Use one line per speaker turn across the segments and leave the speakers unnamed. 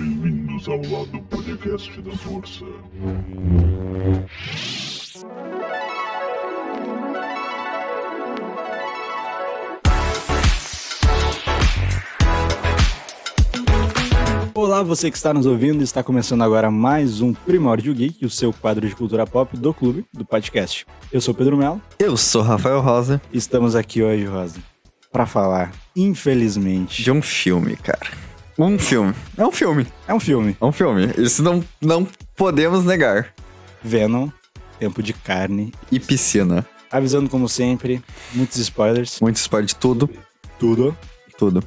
bem-vindos ao lado podcast da força.
Olá, você que está nos ouvindo, está começando agora mais um Primórdio Geek, o seu quadro de cultura pop do clube, do podcast. Eu sou Pedro Melo,
Eu sou Rafael Rosa
e estamos aqui hoje, Rosa, para falar, infelizmente,
de um filme, cara. Um filme. É um filme.
é um filme,
É um filme. Isso não, não podemos negar.
Venom, Tempo de Carne,
E piscina.
avisando como sempre, muitos spoilers,
Muito spoiler de tudo.
tudo.
Tudo.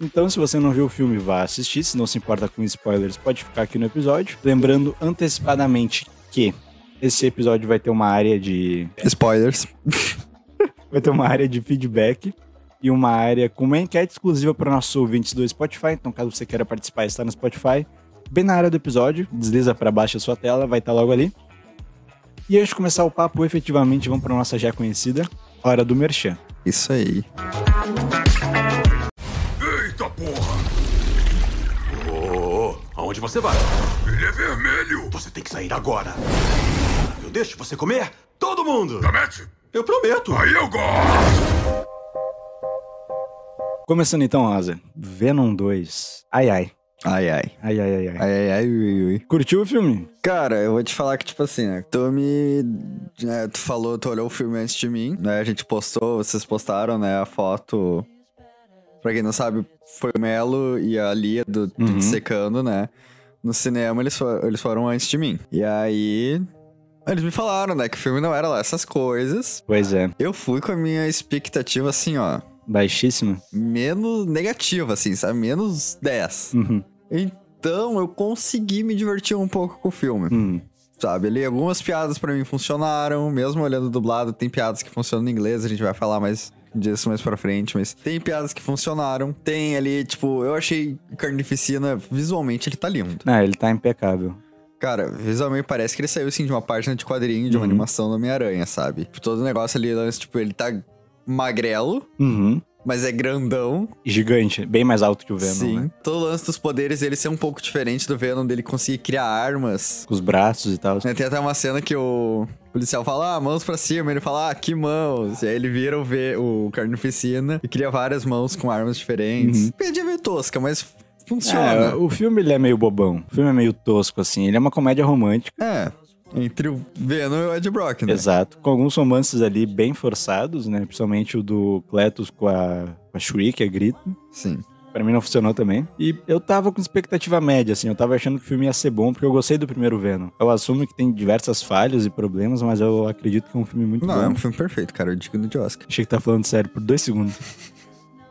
Então, se você não viu o filme, vá assistir, se não se importa com spoilers, pode ficar aqui no episódio. Lembrando antecipadamente que esse episódio vai ter uma área de
Spoilers.
Vai ter uma área de feedback e uma área com uma enquete exclusiva para nossos ouvintes do Spotify. Então, caso você queira participar, está no Spotify. Bem na área do episódio, desliza para baixo a sua tela, vai estar logo ali. E antes de começar o papo, efetivamente, vamos para nossa já conhecida Hora do Merchan.
Isso aí.
Eita porra!
Ô, aonde você vai?
Ele é vermelho!
Você tem que sair agora. Eu deixo você comer todo mundo.
Promete?
Eu prometo.
Aí eu gosto!
Começando então, Rosa. Venom 2. Ai, ai.
Ai, ai.
Ai, ai, ai, ai.
Ai, ai, ai, ui, ui.
Curtiu o filme?
Cara, eu vou te falar que, tipo assim, né? Tu me. né, tu falou, tu olhou o filme antes de mim, né? A gente postou, vocês postaram, né? A foto. Pra quem não sabe, foi o Melo e a Lia do, do
Uhum.
Secando, né? No cinema eles, fo- eles foram antes de mim. E aí. Eles me falaram, né? Que o filme não era lá essas coisas.
Pois é.
Eu fui com a minha expectativa, assim, ó.
Baixíssimo.
Menos negativa, assim, sabe? Menos 10.
Uhum.
Então eu consegui me divertir um pouco com o filme
Hum.
sabe? Ali algumas piadas pra mim funcionaram, mesmo olhando dublado, tem piadas que funcionam em inglês, a gente vai falar mais disso mais pra frente, mas tem piadas que funcionaram. Tem ali, tipo, eu achei Carnificina visualmente ele tá lindo.
Ah, ele tá impecável.
Cara, visualmente parece que ele saiu assim de uma página de quadrinho, de uma
Uhum.
animação do Homem-Aranha, sabe? Tipo, Todo o negócio ali, lance, tipo, ele tá magrelo,
Uhum.
mas é grandão,
Gigante. Bem mais alto que o Venom,
sim.
né?
Todo o lance dos poderes ele ser um pouco diferente do Venom, dele conseguir criar armas.
Com os braços e tal.
Né, Tem até uma cena que o policial fala, ah, mãos pra cima. Ele fala, ah, que mãos. E aí ele vira o, v, o carnificina e cria várias mãos com armas diferentes.
Uhum.
Piadinha meio tosca, mas
É,
funciona.
o filme ele é meio bobão. O filme é meio tosco, assim. Ele é uma comédia romântica,
É, entre o Venom e o Ed Brock, né?
exato. Com alguns romances ali bem forçados, né? Principalmente o do Cletus com a, com a Shuri, que é grito.
Sim.
Pra mim não funcionou também. E eu tava com expectativa média, assim. Eu tava achando que o filme ia ser bom, porque eu gostei do primeiro Venom. Eu assumo que tem diversas falhas e problemas, mas eu acredito que é um filme muito
Não, é
bom.
um filme perfeito, cara. Eu digo de Oscar.
Achei que tá falando sério por dois segundos.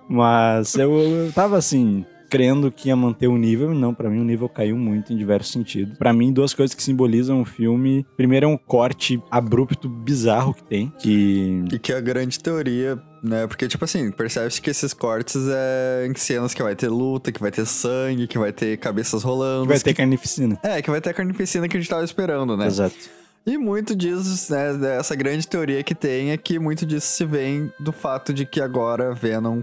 Mas eu, eu tava assim, crendo que ia manter o nível, e não, pra mim o nível caiu muito em diversos sentidos. Pra mim, duas coisas que simbolizam o filme. Primeiro é um corte abrupto, bizarro que tem, que
E que é a grande teoria, né? Porque, tipo assim, percebe-se que esses cortes é em cenas que vai ter luta, que vai ter sangue, que vai ter cabeças rolando.
vai ter carnificina.
É, que vai ter a carnificina que a gente tava esperando, né?
Exato.
E muito disso, né, dessa grande teoria que tem é que muito disso se vem do fato de que agora Venom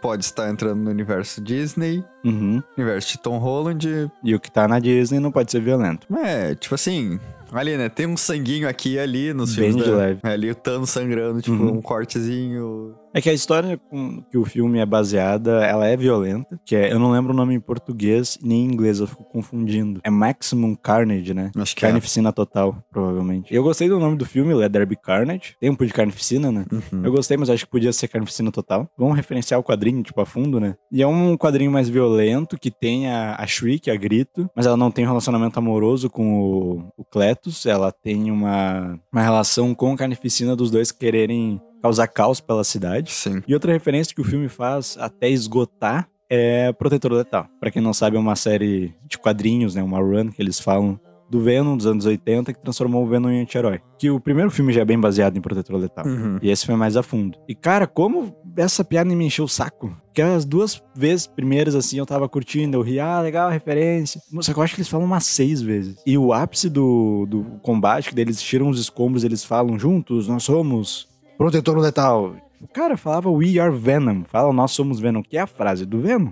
pode estar entrando no universo Disney,
Uhum.
universo de Tom Holland.
E o que tá na Disney não pode ser violento.
É, tipo assim, ali, né? Tem um sanguinho aqui e ali nos
Bem
filmes.
de
da-
leve.
é, ali o Thanos sangrando, tipo,
Uhum.
um cortezinho.
É que a história com que o filme é baseada, ela é violenta, que é, eu não lembro o nome em português nem em inglês, eu fico confundindo. É Maximum Carnage, né?
Acho que é.
Carnificina total, provavelmente. Eu gostei do nome do filme, ele é Derby Carnage. Tempo de carnificina, né?
Uhum.
Eu gostei, mas acho que podia ser carnificina total. Vamos referenciar o quadrinho, tipo, a fundo, né? E é um quadrinho mais violento, que tem a, a Shriek, a Grito, mas ela não tem um relacionamento amoroso com o, o Cletus. Ela tem uma, uma relação com a carnificina dos dois quererem causar caos pela cidade.
Sim.
E outra referência que o filme faz até esgotar é Protetor Letal. Pra quem não sabe, é uma série de quadrinhos, né? Uma run que eles falam do Venom dos anos 80 que transformou o Venom em anti-herói. Que o primeiro filme já é bem baseado em Protetor Letal.
Uhum.
E esse foi mais a fundo. E, cara, como essa piada me encheu o saco. Porque as duas vezes primeiras, assim, eu tava curtindo, eu ri, ah, legal, referência. Só que eu acho que eles falam umas seis vezes. E o ápice do, do combate, que daí eles tiram os escombros, eles falam juntos, nós somos protetor letal. O cara falava We Are Venom. Fala, nós somos Venom, que é a frase do Venom.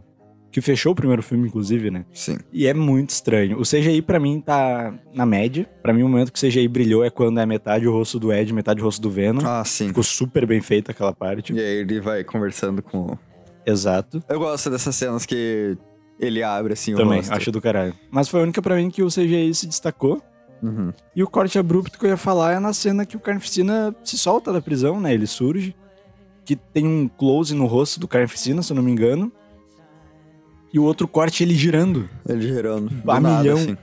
que fechou o primeiro filme, inclusive, né?
Sim.
E é muito estranho. O CGI, pra mim, tá na média. Pra mim, o momento que o CGI brilhou é quando é metade o rosto do Ed, metade o rosto do Venom.
Ah, sim.
Ficou super bem feita aquela parte.
E aí ele vai conversando com.
Exato.
Eu gosto dessas cenas que ele abre assim
Também,
o rosto.
acho do caralho. Mas foi a única pra mim que o CGI se destacou.
Uhum.
E o corte abrupto que eu ia falar é na cena que o Carnificina se solta da prisão, né? Ele surge. Que tem um close no rosto do Carnificina, se eu não me engano. E o outro corte ele girando.
Ele girando. do
A
nada,
milhão.
assim.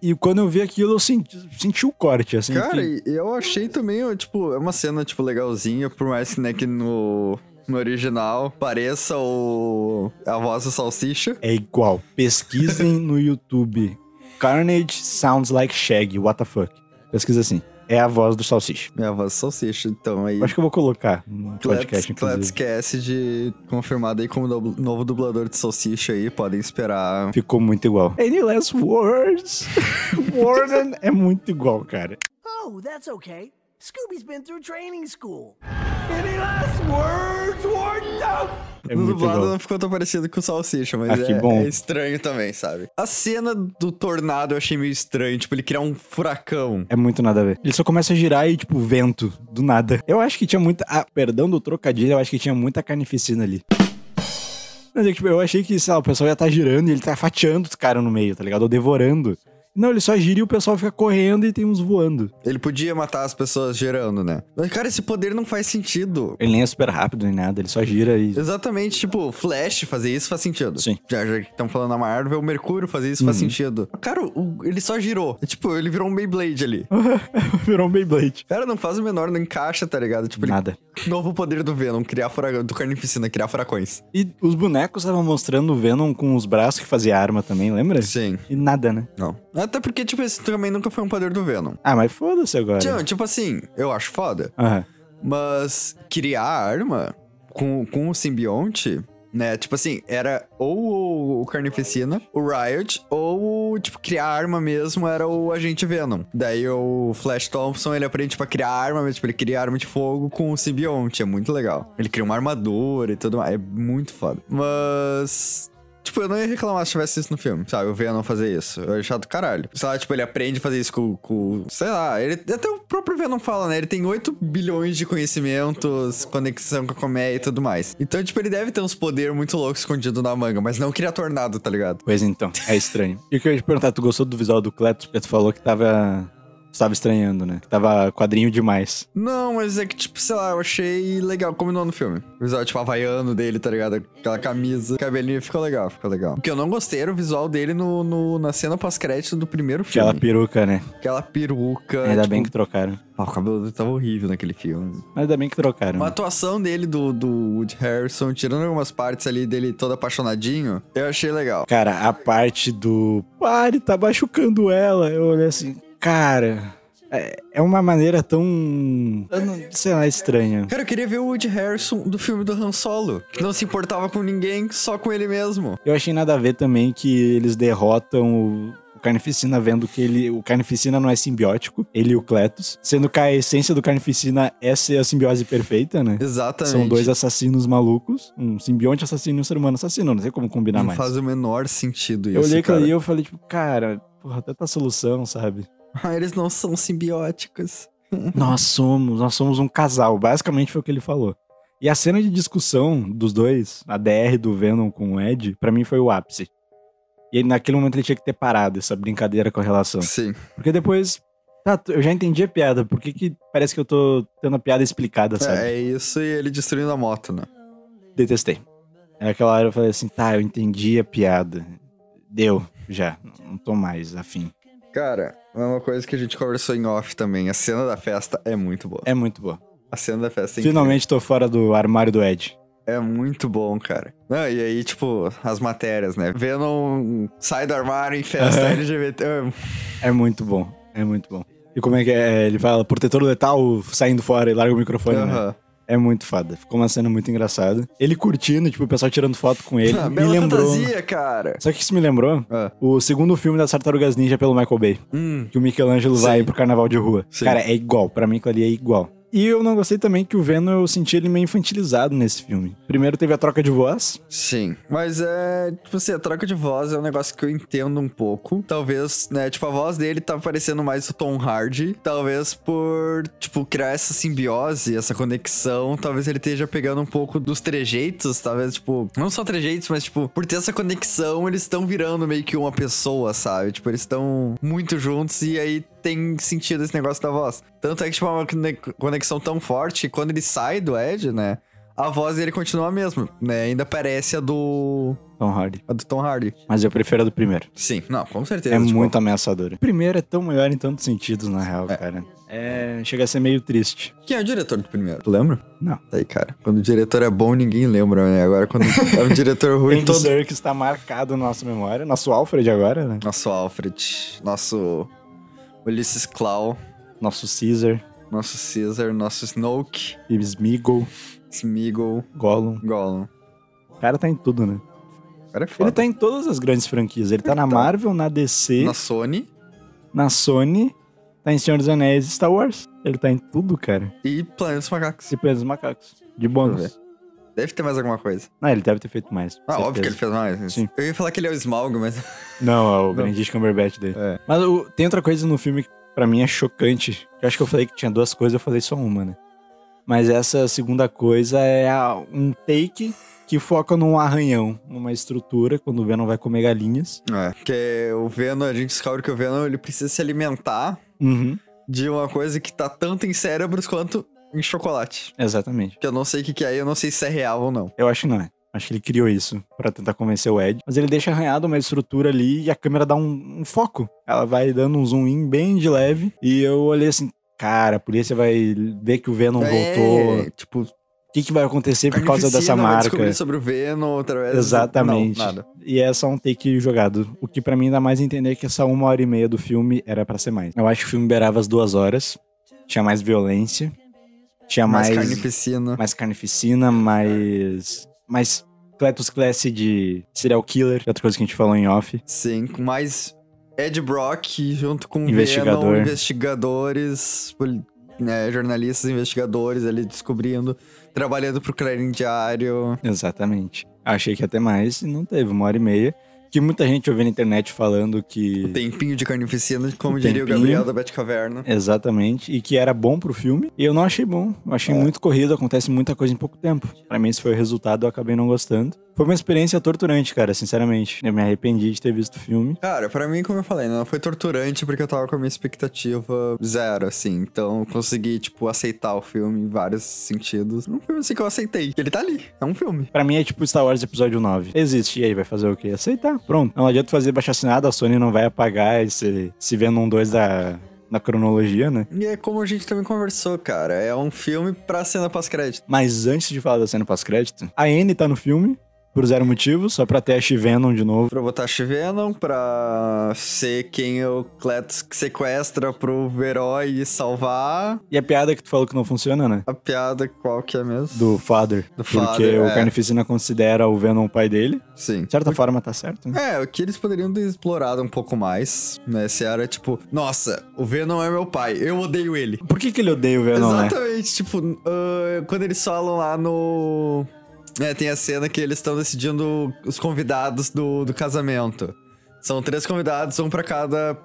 E quando eu vi aquilo, eu senti, senti o corte, assim.
Cara,
fiquei-
e eu achei também, ó, tipo, é uma cena, tipo, legalzinha, por mais que, né, que no, no original pareça o... a voz do Salsicha.
É igual. Pesquisem no YouTube. Carnage sounds like Shaggy, what the fuck. Pesquisa assim. É a voz do Salsicha.
É a voz do Salsicha, então aí... é,
Eu Acho que eu vou colocar no
Claps,
podcast,
Claps
inclusive.
Cassidy confirmado aí como dubl- novo dublador de Salsicha aí, podem esperar.
Ficou muito igual. Any less words? Warden é muito igual, cara.
Oh, that's okay. Scooby's been through training school.
É
no
muito
dublado
igual.
não ficou tão parecido com o Salsicha, mas
Ah, que
é,
bom.
é estranho também, sabe? A cena do tornado eu achei meio estranho, tipo, ele criar um furacão.
É muito nada a ver. Ele só começa a girar e, tipo, vento, do nada. Eu acho que tinha muita. Ah, perdão do trocadilho, eu acho que tinha muita carnificina ali. Mas, é que, tipo, eu achei que, sei lá, o pessoal ia estar girando e ele tá fatiando os caras no meio, tá ligado? Ou devorando. Não, ele só gira e o pessoal fica correndo e tem uns voando.
Ele podia matar as pessoas gerando, né? Mas, cara, esse poder não faz sentido.
Ele nem é super rápido nem nada, ele só gira e.
Exatamente, tipo, Flash fazer isso faz sentido.
Sim.
Já, já que estão falando uma árvore, o Mercúrio fazer isso faz sentido. Cara, o- ele só girou. É, Tipo, ele virou um Beyblade ali.
Virou um Beyblade.
Cara, não faz o menor, não encaixa, tá ligado? Tipo, ele-
Nada.
novo poder do Venom, criar furacão, do Carnificina, criar furacões.
E os bonecos estavam mostrando o Venom com os braços que fazia arma também, lembra?
Sim.
E nada, né?
Não. Até porque, tipo, esse também nunca foi um poder do Venom.
Ah, mas foda-se agora.
Tchau, tipo assim, eu acho foda.
Aham.
Mas criar a arma com, com o simbionte, né? Tipo assim, era ou o- o Carnificina, o Riot, ou, tipo, criar a arma mesmo era o Agente Venom. Daí o Flash Thompson, ele aprende pra criar arma, mas, tipo, ele cria arma de fogo com o simbionte, é muito legal. Ele cria uma armadura e tudo mais, é muito foda. Mas... Tipo, eu não ia reclamar se tivesse isso no filme, sabe? O Venom fazer isso. Eu ia achar do caralho. Sei lá, tipo, ele aprende a fazer isso com. com- sei lá, ele, até o próprio Venom fala, né? Ele tem 8 bilhões de conhecimentos, conexão com a comédia e tudo mais. Então, tipo, ele deve ter uns poderes muito loucos escondidos na manga, mas não cria tornado, tá ligado?
Pois então, é estranho. E o que eu ia te perguntar, tu gostou do visual do Cletus? Porque tu falou que tava. Tu tava estranhando, né? Que tava quadrinho demais.
Não, mas é que, tipo, sei lá, eu achei legal, combinou no filme. O visual, tipo, havaiano dele, tá ligado? Aquela camisa, cabelinho, ficou legal, ficou legal. O que eu não gostei era o visual dele no, no- na cena pós-crédito do primeiro filme.
Aquela peruca, né?
Aquela peruca.
Ainda
tipo,
bem que trocaram.
Ah, o cabelo dele tava horrível naquele filme.
Mas ainda bem que trocaram.
A atuação dele do, do Wood Harrison, tirando algumas partes ali dele todo apaixonadinho, eu achei legal.
Cara, a parte do. Pare, tá machucando ela. Eu olhei assim, cara. É é uma maneira tão. eu não- Sei lá, estranha.
Cara, eu queria ver o Wood Harrison do filme do Han Solo, que não se importava com ninguém, só com ele mesmo.
Eu achei nada a ver também que eles derrotam o. o Carnificina vendo que ele, o Carnificina não é simbiótico, ele e o Cletus, sendo que a essência do Carnificina é ser a simbiose perfeita, né?
Exatamente.
São dois assassinos malucos, um simbionte assassino e um ser humano assassino, não sei como combinar
Não
mais.
faz o menor sentido isso.
eu olhei aquilo
cara.
ali e eu falei, tipo, cara, porra, tanta solução, sabe?
Ah, eles não são simbióticos.
nós somos, nós somos um casal, basicamente foi o que ele falou. E a cena de discussão dos dois, a DR do Venom com o Ed, pra mim foi o ápice. E aí, naquele momento ele tinha que ter parado essa brincadeira com a relação.
Sim.
Porque depois, tá, eu já entendi a piada, por que que parece que eu tô tendo a piada explicada, sabe?
É, é isso e ele destruindo a moto, né?
detestei. Aí aquela hora eu falei assim, tá, eu entendi a piada. Deu, já. Não tô mais afim.
Cara, é uma coisa que a gente conversou em off também. A cena da festa é muito boa.
É muito boa.
A cena da festa é incrível.
Finalmente tô fora do armário do Ed.
É muito bom, cara. Não, e aí, tipo, as matérias, né? Venom sai do armário em festa LGBT. É,
É muito bom. É muito bom. E como é que é? Ele fala, protetor letal, saindo fora e larga o microfone, né?
aham.
É muito foda. Ficou uma cena muito engraçada. Ele curtindo, tipo, o pessoal tirando foto com ele.
Ah,
me
bela
lembrou.
fantasia, cara.
Sabe o que isso me lembrou?
Ah.
O segundo filme das Tartarugas Ninja pelo Michael Bay.
Hum,
Que o Michelangelo
Sim.
vai pro carnaval de rua.
Sim.
Cara, é igual. Pra mim, aquilo ali é igual. E eu não gostei também que o Venom eu senti ele meio infantilizado nesse filme. Primeiro teve a troca de voz.
Sim. Mas é. Tipo assim, a troca de voz é um negócio que eu entendo um pouco. Talvez, né? Tipo, a voz dele tá parecendo mais o Tom Hardy. Talvez por, tipo, criar essa simbiose, essa conexão. Talvez ele esteja pegando um pouco dos trejeitos. Talvez, tipo, não só trejeitos, mas, tipo, por ter essa conexão, eles estão virando meio que uma pessoa, sabe? Tipo, eles estão muito juntos e aí tem sentido esse negócio da voz. Tanto é que, tipo, é uma cone- conexão tão forte que quando ele sai do Ed, né? A voz dele continua a mesma, né? Ainda parece a do.
Tom Hardy.
a do Tom Hardy.
Mas eu prefiro a do primeiro.
Sim, não, com certeza.
É
tipo,
muito ameaçadora. O primeiro é tão melhor em tantos sentidos, na real,
É.
cara. É. Chega a ser meio triste.
Quem é o diretor do primeiro? Tu lembra?
Não.
Aí, cara. Quando o diretor é bom, ninguém lembra, né? Agora, quando é um diretor ruim,
Tem
todo.
Dirk está marcado na nossa memória. Nosso Alfred agora, né?
Nosso Alfred, nosso Ulysses Claw,
Nosso Caesar,
nosso Caesar, nosso Snoke,
Smeagol,
Smeagol,
Gollum.
Gollum.
O cara tá em tudo, né?
O cara é foda.
Ele tá em todas as grandes franquias. Ele tá na Marvel, na DC,
Na Sony
na Sony, tá em Senhor dos Anéis e Star Wars. Ele tá em tudo, cara.
e Planetos Macacos.
Se pensa os macacos. De bônus.
Deve ter mais alguma coisa.
Não, ele deve ter feito mais.
Ah,
certeza.
óbvio que ele fez mais.
Sim.
Eu ia falar que ele é o Smaug, mas.
Não, é o Benedict Cumberbatch dele.
É.
Mas o- tem outra coisa no filme que pra mim é chocante. Eu acho que eu falei que tinha duas coisas, eu falei só uma, né? Mas essa segunda coisa é a- um take que foca num arranhão, numa estrutura, quando o Venom vai comer galinhas.
É. Porque o Venom, a gente descobre que o Venom ele precisa se alimentar
Uhum,
de uma coisa que tá tanto em cérebros quanto em chocolate.
exatamente.
Que eu não sei o que, que é, eu não sei se é real ou não.
Eu acho que não é. Acho que ele criou isso pra tentar convencer o Ed. Mas ele deixa arranhado uma estrutura ali e a câmera dá um, um foco. Ela vai dando um zoom in bem de leve. E eu olhei assim, cara, a polícia vai ver que o Venom
É,
voltou.
Tipo,
o que, que vai acontecer por causa
carnificina,
dessa
vai
marca.
descobrir sobre o Venom através.
Exatamente.
Não, nada.
E é só um take jogado. O que pra mim dá mais a entender é que essa uma hora e meia do filme era pra ser mais. Eu acho que o filme beirava as duas horas. Tinha mais violência. Tinha É mais,
Mais,
mais,
carnificina.
carnificina, mais. Mais Cletus Class de serial killer, que é outra coisa que a gente falou em off.
Sim, com mais Ed Brock junto com o
Investigador.
Venom, investigadores, poli- né, jornalistas, investigadores ali descobrindo, trabalhando pro Clarim Diário.
Exatamente. Achei que ia ter mais e não teve, uma hora e meia. Que muita gente ouviu na internet falando que.
O tempinho de carnificina, como
O
diria o
tempinho.
Gabriel da Batcaverna.
Exatamente, e que era bom pro filme. E eu não achei bom. Eu achei muito corrido, acontece muita coisa em pouco tempo. Pra mim, esse foi o resultado, eu acabei não gostando. Foi uma experiência torturante, cara, sinceramente. Eu me arrependi de ter visto o filme.
Cara, pra mim, como eu falei, não foi torturante porque eu tava com a minha expectativa zero, assim. Então eu consegui, tipo, aceitar o filme em vários sentidos. Um filme assim que eu aceitei. Ele tá ali, é um filme.
Pra mim é tipo Star Wars Episódio 9. Existe, e aí vai fazer o quê? Aceitar, pronto. Não adianta fazer baixar assinado, a Sony não vai apagar esse, esse Venom 2 da, da cronologia, né?
E é como a gente também conversou, cara. É um filme pra cena pós-crédito.
Mas antes de falar da cena pós-crédito, a Anne tá no filme, por zero motivo, só pra ter a She-Venom de novo.
Pra botar Venom, pra ser quem o Cletus sequestra pro herói salvar.
E a piada que tu falou que não funciona, né?
A piada qual que é mesmo?
Do Father.
Do
porque
Father,
o
é.
Carnificina considera o Venom o pai dele.
Sim.
De certa forma, tá certo. né?
É, o que eles poderiam ter explorado um pouco mais, né? Se era tipo, nossa, o Venom é meu pai, eu odeio ele.
Por que, que ele odeia o Venom, né?
Exatamente, tipo, ah, quando eles falam lá no. É, tem a cena que eles estão decidindo os convidados do, do casamento. São três convidados, um pra cada.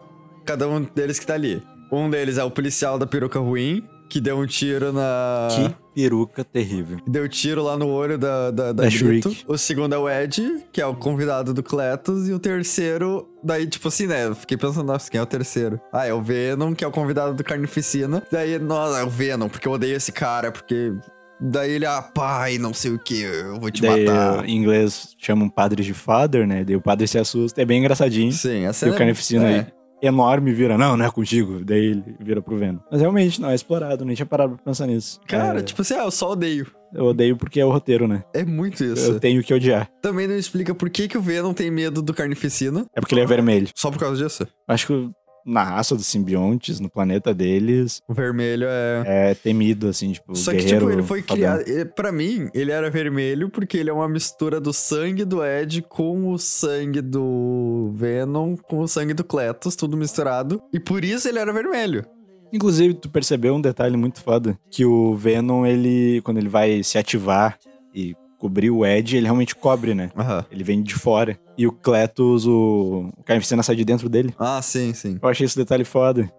Cada um deles que tá ali. Um deles é o policial da peruca ruim, que deu um tiro na.
Que peruca terrível.
Que deu tiro lá no olho da, da,
Da
da Grito.
Shriek.
O segundo é o Ed, que é o convidado do Cletus. E o terceiro, daí, tipo assim, né? Eu fiquei pensando, nossa, quem é o terceiro? Ah, é o Venom, que é o convidado do Carnificina. Daí, nossa, é o Venom, porque eu odeio esse cara, porque. Daí ele, ah, pai, não sei o que, eu vou te
Daí,
matar.
em inglês, chamam padre de Father, né? Daí o padre se assusta. É bem engraçadinho.
Sim, a
E
cena.
o Carnificina
é,
aí, enorme vira, não, não é contigo. Daí ele vira pro Venom. Mas realmente não é explorado, nem tinha parado pra pensar nisso.
Cara,
É,
tipo assim, ah, eu só odeio.
Eu odeio porque é o roteiro, né?
É muito isso.
Eu tenho que odiar.
Também não explica por que, que o Venom tem medo do Carnificina.
É porque ele é vermelho.
Só por causa disso.
Acho que na raça dos simbiontes, no planeta deles,
O vermelho é.
é temido, assim, tipo,
Só que,
guerreiro
tipo, ele foi
fodão.
criado. eh, Pra mim, ele era vermelho porque ele é uma mistura do sangue do Ed com o sangue do Venom, com o sangue do Cletus, tudo misturado. E por isso ele era vermelho.
Inclusive, tu percebeu um detalhe muito foda, que o Venom, ele, quando ele vai se ativar e cobrir o Ed, ele realmente cobre, né?
Aham.
Ele vem de fora. E o Cletus, o, o Carnificina sai de dentro dele.
Ah, sim, sim.
Eu achei esse detalhe foda.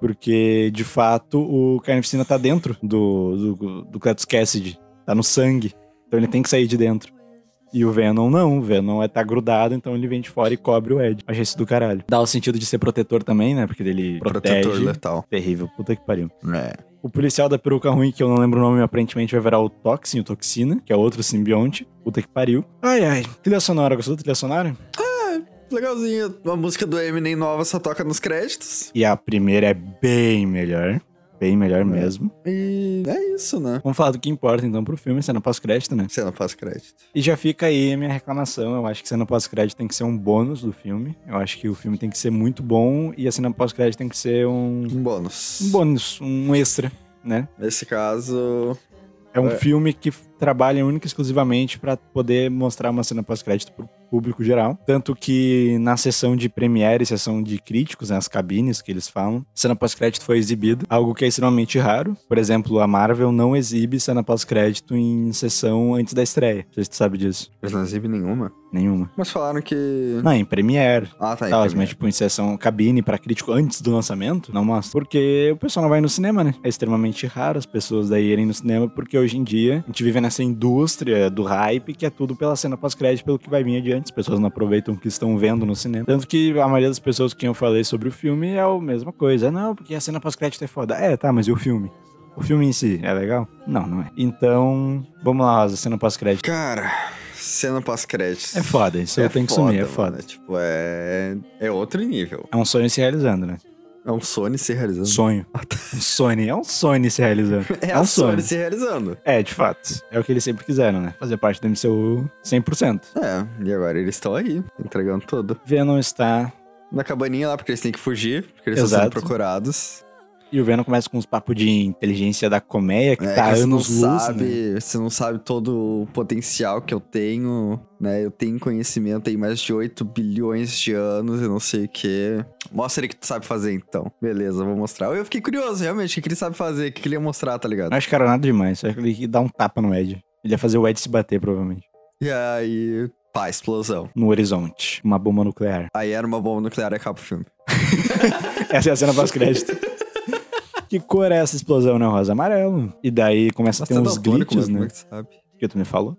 Porque, de fato, o Carnificina tá dentro do, do, do Cletus Cassidy. Tá no sangue. Então ele tem que sair de dentro. E o Venom não. O Venom é, tá grudado, então ele vem de fora e cobre o Ed. Achei isso do caralho. Dá o sentido de ser protetor também, né? Porque ele protege.
Protetor né. letal.
Terrível. Puta que pariu.
É.
O policial da peruca ruim, que eu não lembro o nome, aparentemente vai virar o Toxin, o Toxina, que é outro simbionte. Puta que pariu. Ai, ai. Trilha sonora. Gostou da trilha sonora?
Legalzinho. A música do Eminem nova só toca nos créditos.
E a primeira é bem melhor. Bem melhor mesmo.
E é isso, né?
Vamos falar do que importa então pro filme, cena pós-crédito, né?
Cena pós-crédito.
E já fica aí a minha reclamação. Eu acho que cena pós-crédito tem que ser um bônus do filme. Eu acho que o filme tem que ser muito bom e a cena pós-crédito tem que ser um,
Um bônus.
um bônus, um extra, né?
Nesse caso.
É um
É.
filme que trabalha única e exclusivamente pra poder mostrar uma cena pós-crédito pro público geral. Tanto que na sessão de premiere, sessão de críticos, né, as cabines que eles falam, cena pós-crédito foi exibida, algo que é extremamente raro. Por exemplo, a Marvel não exibe cena pós-crédito em sessão antes da estreia. Não sei se tu sabe disso.
Eles não exibem nenhuma.
Nenhuma.
Mas falaram que.
Não, em premiere.
Ah, tá. em
Tá, mas
primeiro.
tipo, em sessão cabine pra crítico antes do lançamento, não mostra. Porque o pessoal não vai no cinema, né? É extremamente raro as pessoas daí irem no cinema, porque hoje em dia a gente vive nessa indústria do hype que é tudo pela cena pós-crédito, pelo que vai vir adiante. As pessoas não aproveitam o que estão vendo no cinema. Tanto que a maioria das pessoas com quem eu falei sobre o filme é a mesma coisa. Não, porque a cena pós-crédito é foda. É, tá, mas e o filme? O filme em si é legal? Não, não é. Então, vamos lá, Rosa, cena pós-crédito.
Cara, cena pós-créditos.
É foda, isso eu tenho que sumir, é
mano.
foda.
Tipo, é. É outro nível.
É um sonho se realizando, né?
É um Sony se realizando.
Sonho. Um Sony. É um Sony se realizando.
É,
É um
a Sony
Sony.
se realizando.
É, de fato. É o que eles sempre quiseram, né? Fazer parte do MCU 100%.
É, e agora eles estão aí, entregando tudo.
Venom está...
Na cabaninha lá, porque eles têm que fugir, porque eles estão
Exato.
sendo procurados.
E o Venom começa com uns papos de inteligência da colmeia, que
É,
tá
que você não
anos luz,
sabe,
né?
você não sabe todo o potencial que eu tenho, né? Eu tenho conhecimento aí mais de 8 bilhões de anos e não sei o quê. Mostra ele que tu sabe fazer então. Beleza, vou mostrar. Eu fiquei curioso, realmente, o que que ele sabe fazer, o que que ele ia mostrar, tá ligado?
Não acho que era nada demais. Só que ele ia dar um tapa no Ed. Ele ia fazer o Ed se bater, provavelmente.
E aí, pá, explosão.
No horizonte. Uma bomba nuclear.
Aí era uma bomba nuclear e acaba o filme.
Essa é a cena pós-crédito. que cor é essa explosão, né, Rosa? Amarelo. E daí começa
tá
a ter uns
daltônico
glitches, né?
mesmo, como é que tu sabe?
Que tu me falou.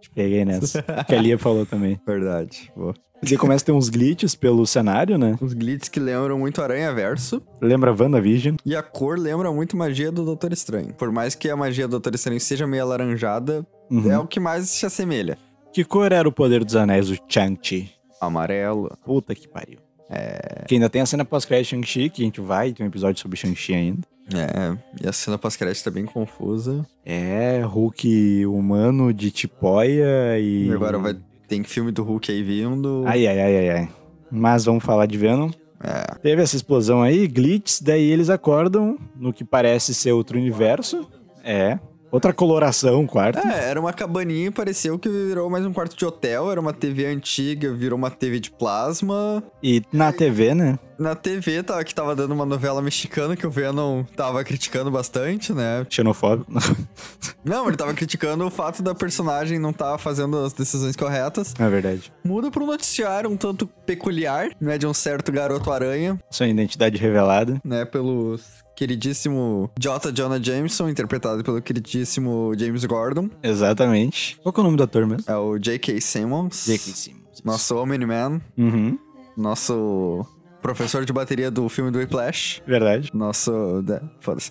Te peguei nessa. Que a Lia falou também.
Verdade, boa.
Você começa a ter uns glitches pelo cenário, né?
Uns glitches que lembram muito Aranha Verso.
Lembra WandaVision?
E a cor lembra muito magia do Doutor Estranho. Por mais que a magia do Doutor Estranho seja meio alaranjada,
Uhum.
é o que mais se assemelha.
Que cor era o poder dos anéis, o Chang-Chi?
Amarelo.
Puta que pariu. É... Que ainda tem a cena pós-crédito de Shang-Chi, que a gente vai ter um episódio sobre Shang-Chi ainda.
É, e a cena pós-crédito tá bem confusa.
É, Hulk humano de tipóia e...
E agora vai... tem filme do Hulk aí vindo.
Ai, ai, ai, ai, ai. Mas vamos falar de Venom.
É.
Teve essa explosão aí, glitches, daí eles acordam no que parece ser outro universo. É. Outra coloração, quarto.
É, era uma cabaninha e pareceu que virou mais um quarto de hotel. Era uma TV antiga, virou uma TV de plasma.
E na TV, né?
Na TV tava, que tava dando uma novela mexicana que o Venom tava criticando bastante, né?
Xenofóbico.
Não, ele tava criticando o fato da personagem não tava fazendo as decisões corretas.
Na verdade.
Muda pra um noticiário um tanto peculiar, né? De um certo garoto aranha,
Sua identidade revelada.
né? Pelo queridíssimo J. Jonah Jameson, interpretado pelo queridíssimo James Gordon.
Exatamente. Qual que é o nome do ator mesmo?
É o J.K. Simmons.
Simmons.
Nosso Omni-Man.
Uhum.
Nosso professor de bateria do filme do Whiplash.
Verdade.
Nosso... né, Foda-se.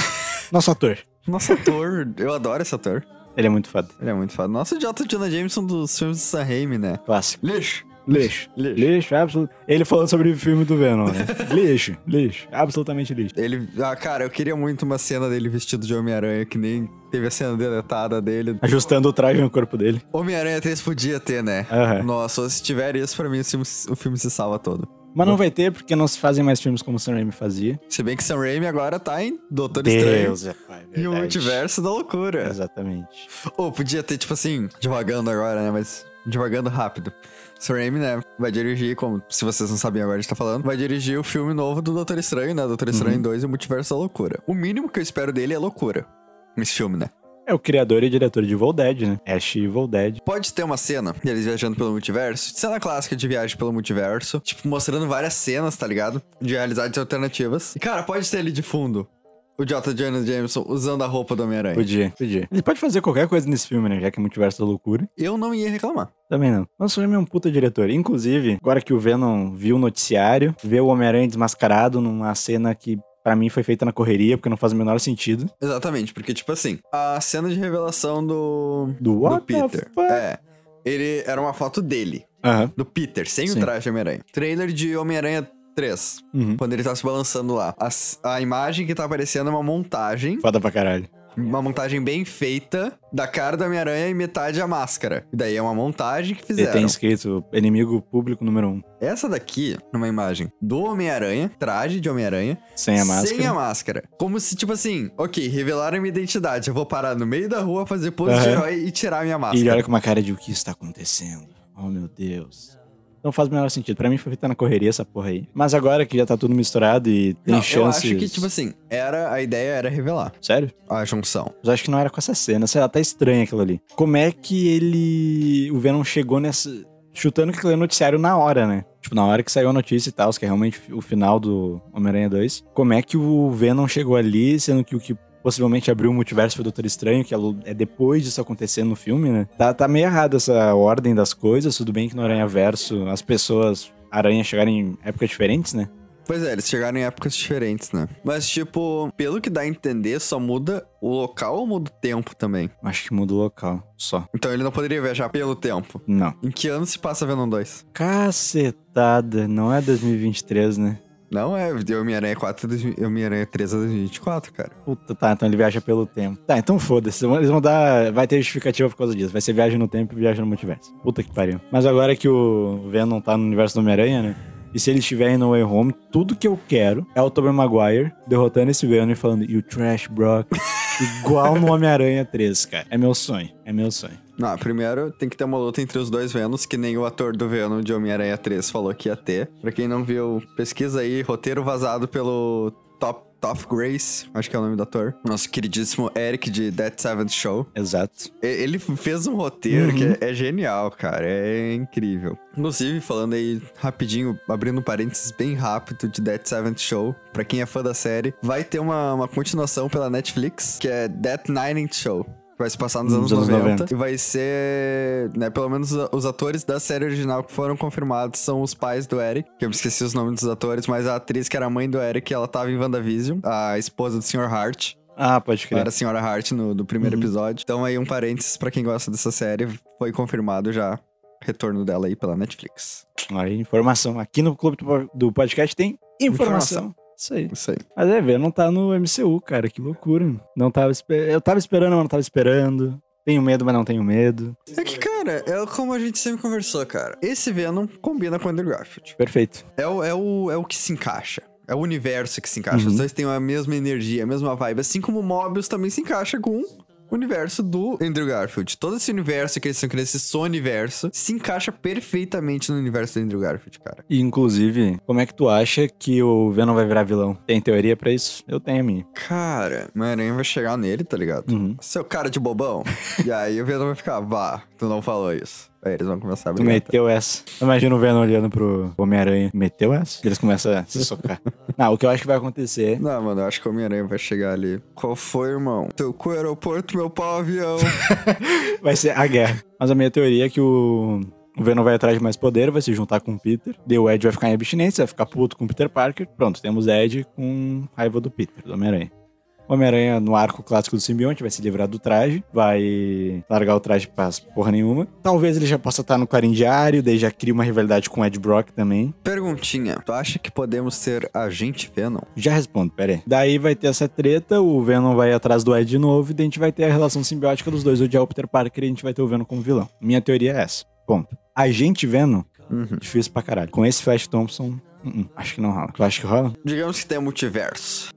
Nosso ator.
Nosso ator... eu adoro esse ator.
Ele é muito foda.
Ele é muito foda. Nosso J. Jonah Jameson dos filmes de Sam Raimi, né?
Clássico.
Lixo.
Lixo.
Lixo.
Lixo, absoluto. Ele falando sobre o filme do Venom, né? lixo, lixo. Absolutamente lixo.
Ele, ah, cara, eu queria muito uma cena dele vestido de Homem-Aranha, que nem teve a cena deletada dele.
Ajustando o traje no corpo dele.
Homem-Aranha 3 podia ter, né?
Aham.
Nossa, se tiver isso, pra mim o filme, o filme se salva todo.
Mas não vai ter, porque não se fazem mais filmes como o Sam Raimi fazia.
Se bem que Sam Raimi agora tá em Doutor Estranho.
é pai,
E o multiverso da loucura.
Exatamente.
Ou podia ter, tipo assim, devagando agora, né? Mas Divagando rápido. Sam Raimi, né, vai dirigir, como se vocês não sabiam agora a gente tá falando, vai dirigir o filme novo do Doutor Estranho, né? Doutor Estranho 2 e o Multiverso da Loucura. O mínimo que eu espero dele é loucura. Nesse filme, né?
É o criador e diretor de Evil Dead, né? Ash e Evil Dead.
Pode ter uma cena deles viajando pelo multiverso, cena clássica de viagem pelo multiverso, tipo, mostrando várias cenas, tá ligado? De realidades alternativas. E, cara, pode ter ali de fundo o J. Jonas Jameson usando a roupa do Homem-Aranha.
Podia, podia. Ele pode fazer qualquer coisa nesse filme, né? Já que é multiverso da loucura.
Eu não ia reclamar.
Também não. Nossa, o Raimi é um puta diretor. Inclusive, agora que o Venom viu o noticiário, vê o Homem-Aranha desmascarado numa cena que pra mim foi feita na correria, porque não faz o menor sentido.
Exatamente, porque, tipo assim, a cena de revelação do.
Do
do
What the
Peter.
fuck?
É. Ele era uma foto dele,
Aham.
do Peter, sem
Sim.
o traje de Homem-Aranha. Trailer de Homem-Aranha 3.
Uhum.
Quando ele tá se balançando lá. A, s- a imagem que tá aparecendo é uma montagem
Foda pra caralho.
Uma montagem bem feita da cara do Homem-Aranha e metade a máscara. E daí é uma montagem que
Ele
fizeram.
tem escrito inimigo público número um.
Essa daqui, numa imagem do Homem-Aranha, traje de Homem-Aranha,
Sem a máscara.
sem a máscara. Como se, tipo assim, ok, revelaram minha identidade. Eu vou parar no meio da rua, fazer pose de
Aham.
herói e tirar minha
E ele
máscara.
olha com uma cara de o que está acontecendo? Oh meu Deus. Não faz o menor sentido. Pra mim foi feita na correria essa porra aí. Mas agora que já tá tudo misturado e tem
Não,
chances...
eu acho que, tipo assim, era, a ideia era revelar
Sério?
a junção.
Mas acho que não era com essa cena. Sei lá, tá estranho aquilo ali. Como é que ele. O Venom chegou nessa. Chutando que aquele noticiário na hora, né? Tipo, na hora que saiu a notícia e tal, que é realmente o final do Homem-Aranha 2. Como é que o Venom chegou ali, sendo que o que possivelmente abriu o multiverso foi o Doutor Estranho, que é lo- é depois disso acontecer no filme, né? Tá, tá meio errado essa ordem das coisas. Tudo bem que no Aranha Verso as pessoas. Aranha chegaram em épocas diferentes, né?
Pois é, eles chegaram em épocas diferentes, né? Mas, tipo, pelo que dá a entender, só muda o local ou muda o tempo também?
Acho que muda o local. Só.
Então ele não poderia viajar pelo tempo.
Não.
Em que ano se passa Venom 2?
Cacetada. Não é 2023, né?
Não é, deu Homem-Aranha 4 e dois- Homem-Aranha 3 a 2024, cara.
Puta, tá, então ele viaja pelo tempo. Tá, então foda-se. vão- Eles vão dar. Vai ter justificativa por causa disso. Vai ser viagem no tempo e viagem no multiverso. Puta que pariu. Mas agora que o Venom tá no universo do Homem-Aranha, né? E se ele estiver em No Way Home, tudo que eu quero é o Tobey Maguire derrotando esse Venom e falando You Trash Brock. Igual no Homem-Aranha 3, cara. É meu sonho. É meu sonho.
Não, primeiro tem que ter uma luta entre os dois Venoms, que nem o ator do Venom de Homem-Aranha 3 falou que ia ter. Pra quem não viu, pesquisa aí, roteiro vazado pelo Top, Top Grace, acho que é o nome do ator. Nosso queridíssimo Eric de That Seventh Show.
Exato.
E- Ele fez um roteiro que é, é genial, cara. É incrível. Inclusive, falando aí rapidinho, abrindo um parênteses bem rápido de Dead Seventh Show, pra quem é fã da série, vai ter uma, uma continuação pela Netflix, que é Dead Ninth Show. que Vai se passar nos anos,
anos
90,
90.
E vai ser. Né, pelo menos os- os atores da série original que foram confirmados são os pais do Eric. Que eu me esqueci os nomes dos atores, mas a atriz que era a mãe do Eric, ela tava em WandaVision, a esposa do Sr. Hart.
Ah, pode
Era
crer.
a Senhora Hart no, do primeiro
Uhum.
episódio. Então aí um parênteses pra quem gosta dessa série, foi confirmado já o retorno dela aí pela Netflix.
Aí, informação. Aqui no clube do po- do podcast tem informação. Isso aí.
Isso aí.
Mas é, velho, não tá no MCU, cara, que loucura. Não tava espe- Eu tava esperando, mas não tava esperando. Tenho medo, mas não tenho medo.
É que, cara, é como a gente sempre conversou, cara. Esse Venom combina com o Andrew Garfield.
Perfeito.
É o, é o, é o que se encaixa. É o universo que se encaixa.
Uhum.
Os dois têm a mesma energia, a mesma vibe. Assim como o Mobius também se encaixa com o universo do Andrew Garfield. Todo esse universo que eles estão criando, esse só-universo, se encaixa perfeitamente no universo do Andrew Garfield, cara.
E, inclusive, como é que tu acha que o Venom vai virar vilão? Tem teoria pra isso? Eu tenho a minha.
Cara, o Aranha vai chegar nele, tá ligado?
Uhum.
Seu cara de bobão. e aí o Venom vai ficar, vá, tu não falou isso. Aí eles vão começar a
Tu
brigar.
meteu essa. Imagina o Venom olhando pro Homem-Aranha. Meteu essa? Eles começam a se socar. não, o que eu acho que vai acontecer.
tá? Não, mano, eu acho que o Homem-Aranha vai chegar ali. Qual foi, irmão? Teu cu aeroporto, meu pau avião.
Vai ser a guerra. Mas a minha teoria é que o. O Venom vai atrás de mais poder, vai se juntar com o Peter. Daí o Ed vai ficar em abstinência, vai ficar puto com o Peter Parker. Pronto, temos Ed com raiva do Peter, do Homem-Aranha. O Homem-Aranha, no arco clássico do simbionte, vai se livrar do traje, vai largar o traje pra porra nenhuma. Talvez ele já possa estar no Clarim Diário, daí já cria uma rivalidade com o Ed Brock também.
Perguntinha, tu acha que podemos ser agente Venom?
Já respondo, pera aí. Daí vai ter essa treta, o Venom vai atrás do Ed de novo, e daí a gente vai ter a relação simbiótica dos dois, odiar o Peter Parker e a gente vai ter o Venom como vilão. Minha teoria é essa. Ponto. A gente Venom,
Uhum.
difícil pra caralho. Com esse Flash Thompson, uh-uh, acho que não rola. Tu acha que rola?
Digamos que tem multiverso.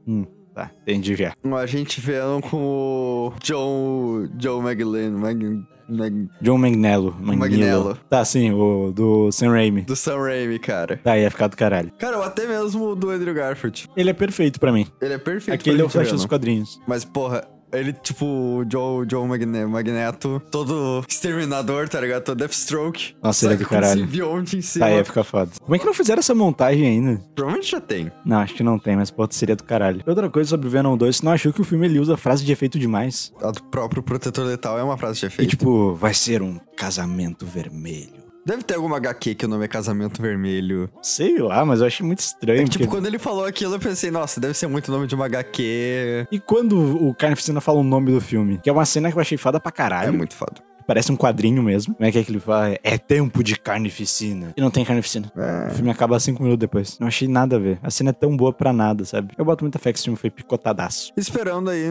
Tá, entendi já.
Um agente Venom com o John... John McLean. Mag... Mag-
John Magnello.
Magnello.
Tá, sim, o do Sam Raimi.
do Sam Raimi, cara.
Tá, ia ficar do caralho.
Cara, ou até mesmo o do Andrew Garfield.
Ele é perfeito pra mim.
Ele é perfeito.
Aquele
pra
é o Flash dos
Vitoriano.
quadrinhos.
Mas, porra, ele, tipo, o Joe, Joe Magne- Magneto, todo exterminador, tá ligado? Todo Deathstroke.
Nossa, ele é
saca,
do
com um
caralho.
simbionte em cima.
Tá, ia ficar foda. Como é que não fizeram essa montagem ainda?
Provavelmente já tem.
Não, acho que não tem, mas pode seria do caralho. Outra coisa sobre Venom 2, você não achou que o filme ele usa frase de efeito demais?
A do próprio protetor letal é uma frase de
E
efeito.
tipo, vai ser um casamento vermelho.
Deve ter alguma HQ que o nome é Casamento Vermelho.
Sei lá, mas eu achei muito estranho.
É que, tipo,
porque-
quando ele falou aquilo, eu pensei, nossa, deve ser muito o nome de uma É HQ.
E quando o Carnificina fala o nome do filme? Que é uma cena que eu achei foda pra
É
caralho.
muito foda.
Parece um quadrinho mesmo. Como é que é que ele fala? É tempo de carnificina. E não tem carnificina.
É,
O filme acaba cinco minutos depois. Não achei nada a ver. A cena é tão boa pra nada, sabe? Eu boto muita fé que esse filme foi picotadaço.
Esperando aí,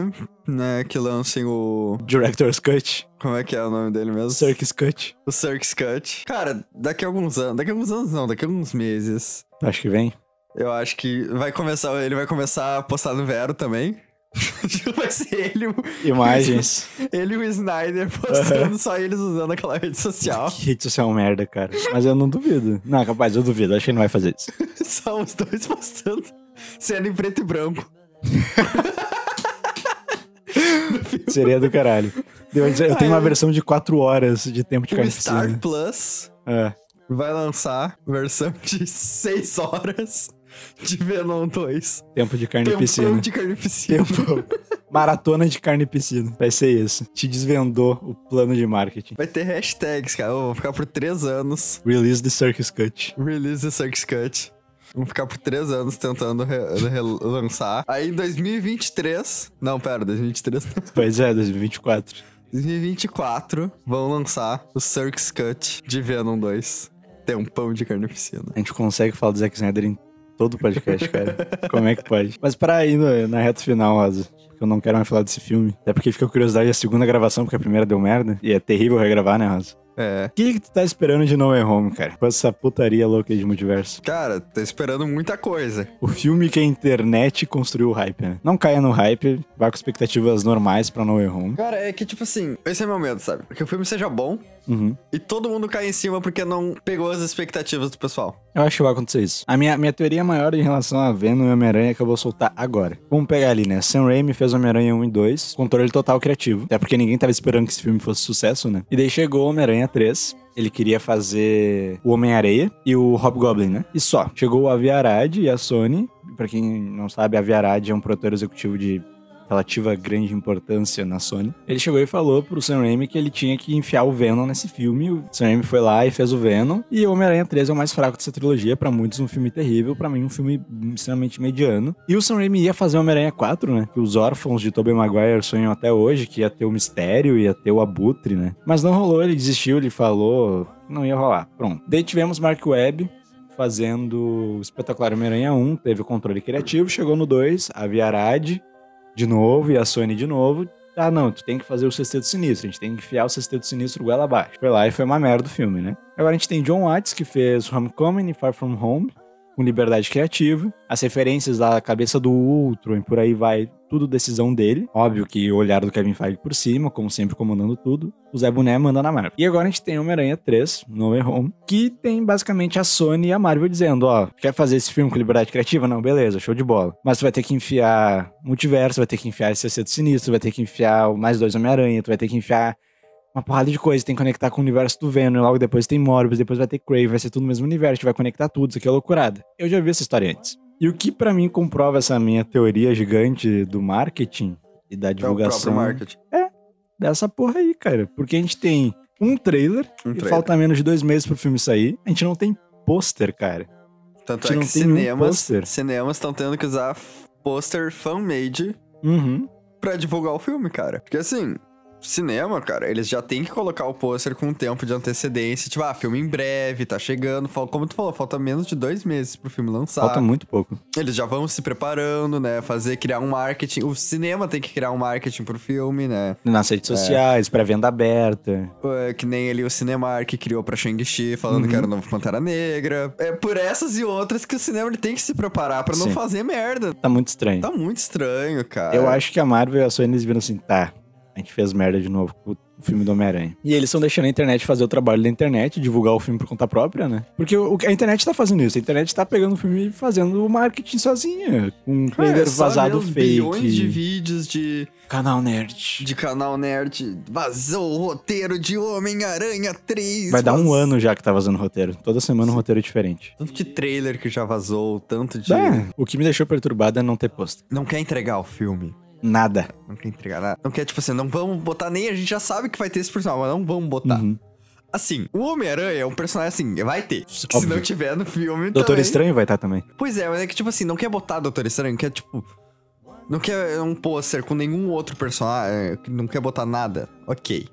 né, que lancem o...
Director's Cut.
Como é que é o nome dele mesmo?
Circus Cut.
O Circus Cut. Cara, daqui a alguns anos... Daqui a alguns anos não, daqui a alguns meses...
Acho que vem.
Eu acho que vai começar, ele vai começar a postar no Vero também. vai ser ele, o-
Imagens.
ele e o Snyder postando só eles usando aquela rede social.
que rede social um merda, cara. Mas eu não duvido. Não, capaz, eu duvido. Acho que ele não vai fazer isso.
só os dois postando. Sendo em preto e branco.
Seria do caralho. Eu, eu tenho uma versão de 4 horas de tempo de
O Star
carnificina.
Plus
É.
vai lançar versão de 6 horas de Venom 2.
Tempo de
Tempão
carnificina. um
de carnificina.
Tempo. Maratona de carne e piscina. Vai ser isso. Te desvendou o plano de marketing.
Vai ter hashtags, cara. Eu vou ficar por 3 anos.
Release the Circus Cut.
Release the Circus Cut. Vamos ficar por três anos tentando re- relançar. Aí em 2023. Não, pera, 2023 não.
Pois é, 2024.
2024 vão lançar o Circus Cut de Venom 2. Tempão de carnificina.
A gente consegue falar do Zack Snyder em todo o podcast, cara. Como é que pode? Mas para ir no- na reta final, Rosa. porque Eu não quero mais falar desse filme. Até porque fica curiosidade a segunda gravação, porque a primeira deu merda. E é terrível regravar, né, Rosa?
É.
O que, que tu tá esperando de No Way Home, cara? Com essa putaria louca aí de multiverso.
Cara, tô esperando muita coisa.
O filme que a internet construiu o hype, né? Não caia no hype, vá com expectativas normais pra No Way Home.
Cara, é que tipo assim, esse é meu medo, sabe? Que o filme seja bom
Uhum.
e todo mundo cai em cima porque não pegou as expectativas do pessoal.
Eu acho que vai acontecer isso. A minha, minha teoria maior em relação a Venom e Homem-Aranha é que eu vou soltar agora. Vamos pegar ali, né? Sam Raimi fez Homem-Aranha 1 e 2, controle total criativo. Até porque ninguém tava esperando que esse filme fosse sucesso, né? E daí chegou Homem-Aranha 3. Ele queria fazer o Homem-Areia e o Hobgoblin, né? E só. Chegou a Viarad e a Sony. Pra quem não sabe, a Viarad é um produtor executivo de relativa grande importância na Sony. Ele chegou e falou pro Sam Raimi que ele tinha que enfiar o Venom nesse filme. O Sam Raimi foi lá e fez o Venom. E Homem-Aranha 3 é o mais fraco dessa trilogia. Pra muitos, um filme terrível. Pra mim, um filme extremamente mediano. E o Sam Raimi ia fazer Homem-Aranha 4, né? Que os órfãos de Tobey Maguire sonham até hoje, que ia ter o mistério, ia ter o abutre, né? Mas não rolou, ele desistiu, ele falou... Não ia rolar, pronto. Daí tivemos Mark Webb, fazendo o Espetacular Homem-Aranha 1, teve o controle criativo, chegou no 2, a Viarad de novo e a Sony de novo. Ah, não, tu tem que fazer o Sexteto Sinistro, a gente tem que enfiar o Sexteto Sinistro goela abaixo. Foi lá e foi uma merda o filme, né? Agora a gente tem John Watts, que fez Homecoming e Far From Home, com liberdade criativa. As referências da cabeça do Ultron e por aí vai, tudo decisão dele. Óbvio que o olhar do Kevin Feige por cima, como sempre comandando tudo. O Zé Boné manda na Marvel. E agora a gente tem Homem-Aranha 3, No Way Home, que tem basicamente a Sony e a Marvel dizendo, ó, quer fazer esse filme com liberdade criativa? Não, beleza, show de bola. Mas tu vai ter que enfiar multiverso, vai ter que enfiar esse Sexteto Sinistro, vai ter que enfiar o mais dois Homem-Aranha, tu vai ter que enfiar uma porrada de coisa, tem que conectar com o universo do Venom, e logo depois tem Morbius, depois vai ter Crave, vai ser tudo no mesmo universo, a gente vai conectar tudo, isso aqui é loucurada. Eu já vi essa história antes. E o que pra mim comprova essa minha teoria gigante do marketing e da divulgação
É o próprio marketing.
dessa porra aí, cara. Porque a gente tem um trailer
Um
e
trailer.
falta menos de dois meses pro filme sair, a gente não tem pôster, cara.
Tanto
que
é
não
que
tem nenhum
cinemas
pôster.
cinemas estão tendo que usar f- pôster fan-made
Uhum.
pra divulgar o filme, cara. Porque assim, cinema, cara, eles já têm que colocar o pôster com um tempo de antecedência. Tipo, ah, filme em breve, tá chegando. Fal- Como tu falou, falta menos de dois meses pro filme lançar.
Falta muito pouco.
Eles já vão se preparando, né? Fazer, criar um marketing. O cinema tem que criar um marketing pro filme, né?
Nas redes sociais, pré-venda aberta.
É, que nem ali o Cinemark criou pra Shang-Chi, falando
Uhum.
que era o novo Pantera Negra. É por essas e outras que o cinema ele tem que se preparar pra não
Sim.
fazer merda.
Tá muito estranho.
Tá muito estranho, cara.
Eu acho que a Marvel e a Sony eles viram assim, tá, A gente fez merda de novo com o filme do Homem-Aranha. E eles estão deixando a internet fazer o trabalho da internet, divulgar o filme por conta própria, né? Porque o- a internet tá fazendo isso. A internet tá pegando o filme e fazendo o marketing sozinha. Com um trailer
É só ver
vazado
os
fake.
bilhões de vídeos de,
Canal Nerd.
de canal nerd. Vazou o roteiro de Homem-Aranha 3.
Vai dar um
vaz-
ano já que tá vazando roteiro. Toda semana um roteiro diferente.
Tanto de trailer que já vazou, tanto de...
É, o que me deixou perturbado é não ter posto.
Não quer entregar o filme.
Nada.
Não quer entregar nada. Não quer, tipo assim, não vamos botar nem... A gente já sabe que vai ter esse personagem, mas não vamos botar.
Uhum.
Assim, o Homem-Aranha é um personagem assim, vai ter. Se
Óbvio.
não tiver no filme
Doutor
também.
Estranho vai estar também.
Pois é, mas é que, tipo assim, não quer botar Doutor Estranho, quer, tipo... Não quer um pôster com nenhum outro personagem, eh, não quer botar nada. Ok.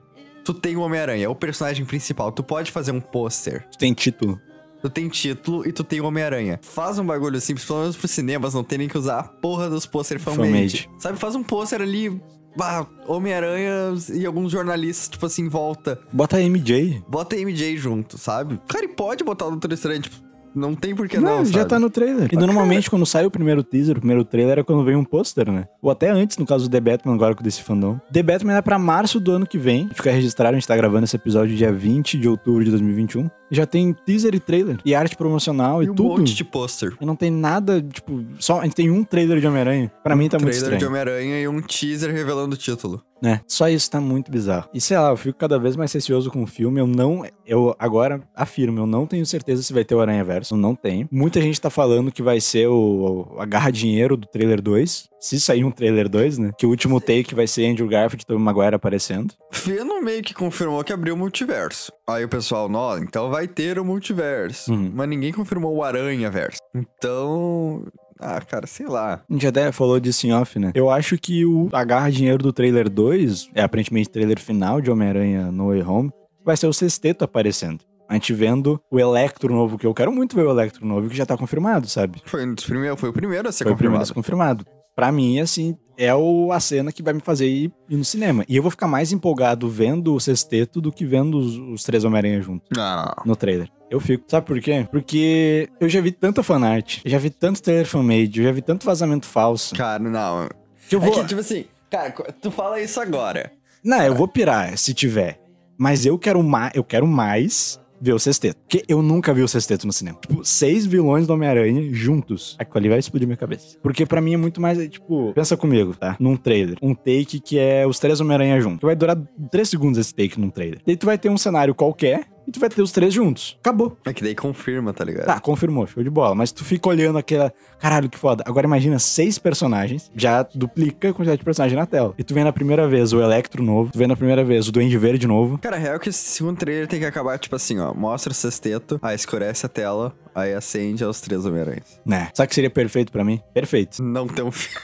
Tu tem o Homem-Aranha, é o personagem principal. Tu pode fazer um pôster.
Tu tem título.
Tu tem título e tu tem o Homem-Aranha. Faz um bagulho simples, pelo menos pros cinemas não terem que usar a porra dos pôster fanmade.
Fanmade.
Sabe, faz um pôster ali... bah, Homem-Aranha e alguns jornalistas, tipo assim, em volta.
Bota MJ.
Bota MJ junto, sabe? Cara, e pode botar o Doutor Estranho, tipo, não tem por que
não,
não,
já
sabe?
tá no trailer. E normalmente quando sai o primeiro teaser, o primeiro trailer é quando vem um pôster, né? Ou até antes, no caso do The Batman, agora com desse fandom. The Batman é pra março do ano que vem. Fica registrado, a gente tá gravando esse episódio dia 20 de outubro de 2021. Já tem teaser e trailer. E arte promocional e,
E um
tudo.
monte de pôster.
E não tem nada, tipo, só a gente tem um trailer de Homem-Aranha. Pra mim tá muito
Um trailer de
estranho,
Homem-Aranha e um teaser revelando o título.
né? Só isso tá muito bizarro. E sei lá, eu fico cada vez mais receoso com o filme. Eu não, eu agora afirmo, eu não tenho certeza se vai ter o Aranha Verso, não tenho. Muita gente tá falando que vai ser o, o agarra dinheiro do trailer 2, se sair um trailer 2, né? Que o último take vai ser Andrew Garfield e Tobey Maguire aparecendo.
Feno meio que confirmou que abriu o multiverso. Aí o pessoal, nó, então vai ter o multiverso.
Uhum.
Mas ninguém confirmou o Aranha-verso. Então... Ah, cara, sei lá.
A gente até falou disso em off, né? Eu acho que o agarra dinheiro do trailer 2, é aparentemente o trailer final de Homem-Aranha No Way Home, vai ser o sexteto aparecendo. A gente vendo o Electro novo, que eu quero muito ver o Electro novo, que já tá confirmado, sabe?
Foi, um dos primeiros, foi o primeiro a ser
Foi o primeiro a
confirmado.
ser confirmado. Pra mim, assim, é o, a cena que vai me fazer ir, ir no cinema. E eu vou ficar mais empolgado vendo o sexteto do que vendo os, os três Homem-Aranha juntos
Ah,
no trailer. Eu fico. Sabe por quê? Porque eu já vi tanta fanart, eu já vi tanto trailer fanmade, eu já vi tanto vazamento falso.
cara, não.
Que eu vou...
É que, tipo assim, cara, tu fala isso agora.
Não, eu vou pirar se tiver. Mas eu quero mais, eu quero mais ver o sexteto. Porque eu nunca vi o sexteto no cinema. Tipo, seis vilões do Homem-Aranha juntos. Aquilo ali vai explodir minha cabeça. Porque pra mim é muito mais, é, tipo, pensa comigo, tá? Num trailer. Um take que é os três Homem-Aranha juntos. Que vai durar três segundos esse take num trailer. Daí tu vai ter um cenário qualquer e tu vai ter os três juntos. Acabou.
É que daí confirma, tá ligado?
Tá, confirmou, show de bola. Mas tu fica olhando aquela. Caralho, que foda. Agora imagina seis personagens, já duplica a quantidade de personagens na tela. E tu vê na primeira vez o Electro novo, tu vê na primeira vez o Duende Verde novo.
Cara, a real é que esse segundo trailer tem que acabar, tipo assim, ó. Mostra o sexteto, aí escurece a tela, aí acende aos três Homem-Aranhas.
Né? Sabe o que seria perfeito pra mim? Perfeito.
Não tem um filme.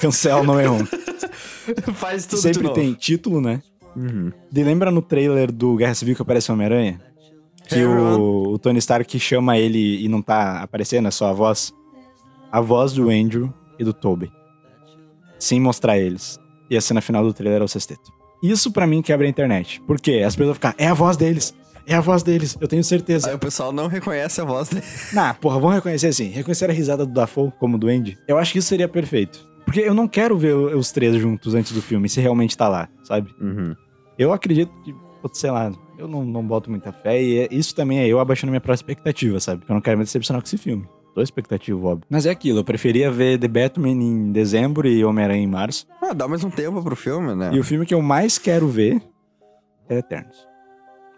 Cancela não é um.
Faz tudo de
Sempre
novo. Uhum.
tem título, né? De lembra no trailer do Guerra Civil que aparece o Homem-Aranha? Que o, o Tony Stark chama ele e não tá aparecendo, é só a voz. A voz do Andrew e do Toby. Sem mostrar eles. E a cena final do trailer é o sexteto. Isso pra mim quebra a internet. Por quê? As pessoas vão ficar, é a voz deles. É a voz deles, eu tenho certeza.
Aí o pessoal não reconhece a voz dele.
Na, porra, vamos reconhecer assim. Reconhecer a risada do Dafoe como duende, eu acho que isso seria perfeito. Porque eu não quero ver o- os três juntos antes do filme, se realmente tá lá, sabe? Eu acredito que, putz, sei lá, eu não, não boto muita fé e é- isso também é eu abaixando minha própria expectativa, sabe? Porque eu não quero me decepcionar com esse filme. Tô expectativo, óbvio. Mas é aquilo, eu preferia ver The Batman em dezembro e Homem-Aranha em março.
Ah, dá mais um tempo pro filme, né?
E o filme que eu mais quero ver é Eternos.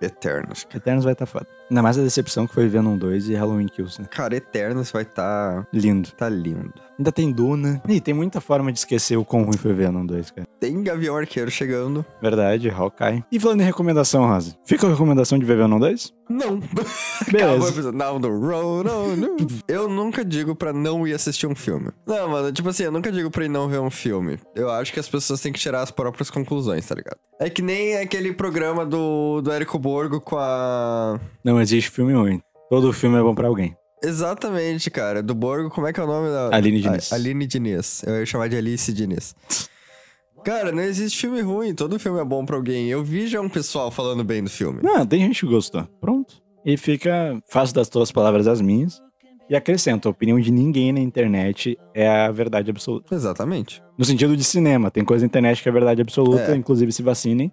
Eternos. cara.
Eternos vai tá foda. Ainda mais a decepção que foi Venom 2 e Halloween Kills, né?
Cara, Eternos vai tá.
Lindo.
tá lindo.
Ainda tem Duna. Ih, tem muita forma de esquecer o quão ruim foi Venom 2, cara.
Tem Gavião Arqueiro chegando.
Verdade, Hawkeye. E falando em recomendação, Rosa, fica a recomendação de ver um, Venom 2?
Não. Acabou o
Beleza.
episódio. Não, não, não, não, não. Eu nunca digo pra não ir assistir um filme. Não, mano, tipo assim, eu nunca digo pra ir não ver um filme. Eu acho que as pessoas têm que tirar as próprias conclusões, tá ligado? É que nem aquele programa do, do Érico Borgo com a.
Não existe filme ruim. Todo filme é bom pra alguém.
Exatamente, cara. Do Borgo, como é que é o nome da.
Aline Diniz.
A- Aline Diniz. Eu ia chamar de Alice Diniz. Cara, não existe filme ruim, todo filme é bom pra alguém. Eu vi já um pessoal falando bem do filme.
Não, tem gente que gostou. Pronto. E fica, faço das tuas palavras as minhas. E acrescento, a opinião de ninguém na internet é a verdade absoluta.
Exatamente.
No sentido de cinema, tem coisa na internet que é verdade absoluta,
É.
inclusive se vacinem.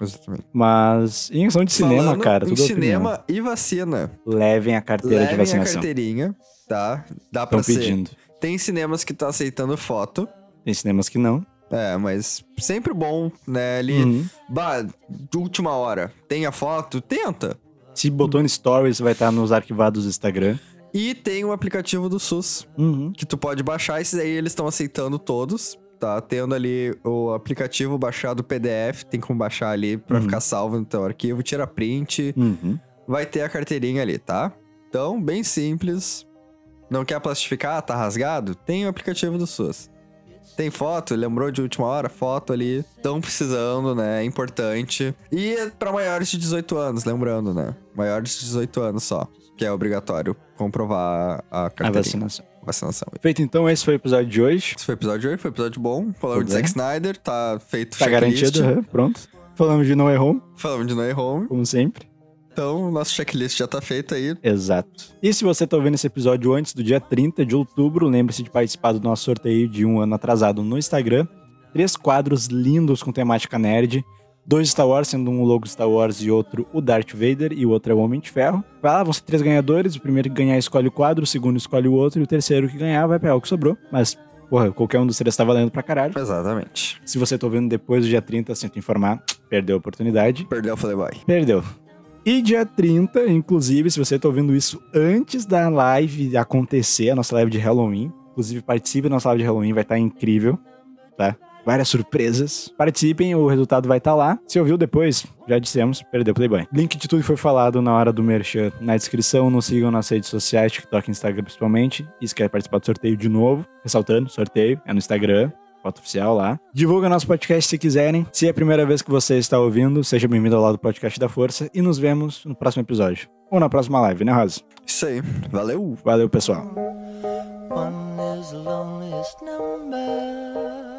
Exatamente.
Mas em questão de cinema,
Falando
cara,
em
tudo é opinião.
cinema e vacina.
Levem a carteira de
Levem a
vacinação.
carteirinha, tá? Dá pra
Estão
ser.
pedindo.
Tem cinemas que tá aceitando foto.
Tem cinemas que não.
É, mas sempre bom, né? Ali,
Uhum.
bah, de última hora, tem a foto? Tenta.
Se botou no Stories, vai estar nos arquivados do Instagram.
E tem o aplicativo do SUS,
Uhum.
que tu pode baixar. Esses aí eles estão aceitando todos, tá? Tendo ali o aplicativo baixado PDF, tem como baixar ali pra
Uhum.
ficar salvo no teu arquivo, tira print,
Uhum.
vai ter a carteirinha ali, tá? Então, bem simples. Não quer plastificar? Tá rasgado? Tem o aplicativo do SUS. Tem foto? Lembrou de última hora? Foto ali. Estão precisando, né? É importante. E é pra maiores de 18 anos, lembrando, né? Maiores de 18 anos só. Que é obrigatório comprovar a
A
carteirinha.
vacinação.
vacinação.
Feito então, esse foi o episódio de hoje.
Esse foi o episódio de hoje, foi o episódio bom.
Tudo
Falamos
bem.
de Zack Snyder, tá feito
é. Tá
checklist.
garantido, uhum, pronto. Falamos de não é home,
Falamos de No Way Home.
como sempre.
Então, nosso checklist já tá feito aí.
Exato. E se você tá ouvindo esse episódio antes do dia 30 de outubro, lembre-se de participar do nosso sorteio de um ano atrasado no Instagram. Três quadros lindos com temática nerd. Dois Star Wars, sendo um logo Star Wars e outro o Darth Vader e o outro é o Homem de Ferro. Vai lá, vão ser três ganhadores. O primeiro que ganhar escolhe o quadro, o segundo escolhe o outro e o terceiro que ganhar vai pegar o que sobrou. Mas, porra, qualquer um dos três tá valendo pra caralho.
Exatamente.
Se você tá ouvindo depois do dia 30, sinto informar, perdeu a oportunidade.
Perdeu, falei bye.
Perdeu. E dia 30, inclusive, se você tá ouvindo isso antes da live acontecer, a nossa live de Halloween. Inclusive, participe da nossa live de Halloween, vai estar incrível, tá? Várias surpresas. Participem, o resultado vai estar lá. Se ouviu depois, já dissemos, perdeu o Playboy. Link de tudo que foi falado na hora do merchan na descrição. Nos sigam nas redes sociais, TikTok e Instagram principalmente. E se quer participar do sorteio de novo, ressaltando, sorteio é no Instagram foto oficial lá. Divulga nosso podcast se quiserem. Se é a primeira vez que você está ouvindo, seja bem-vindo ao lado do podcast da Força e nos vemos no próximo episódio. Ou na próxima live, né, Rosa?
Isso aí. Valeu!
Valeu, pessoal.
One is the loneliest number.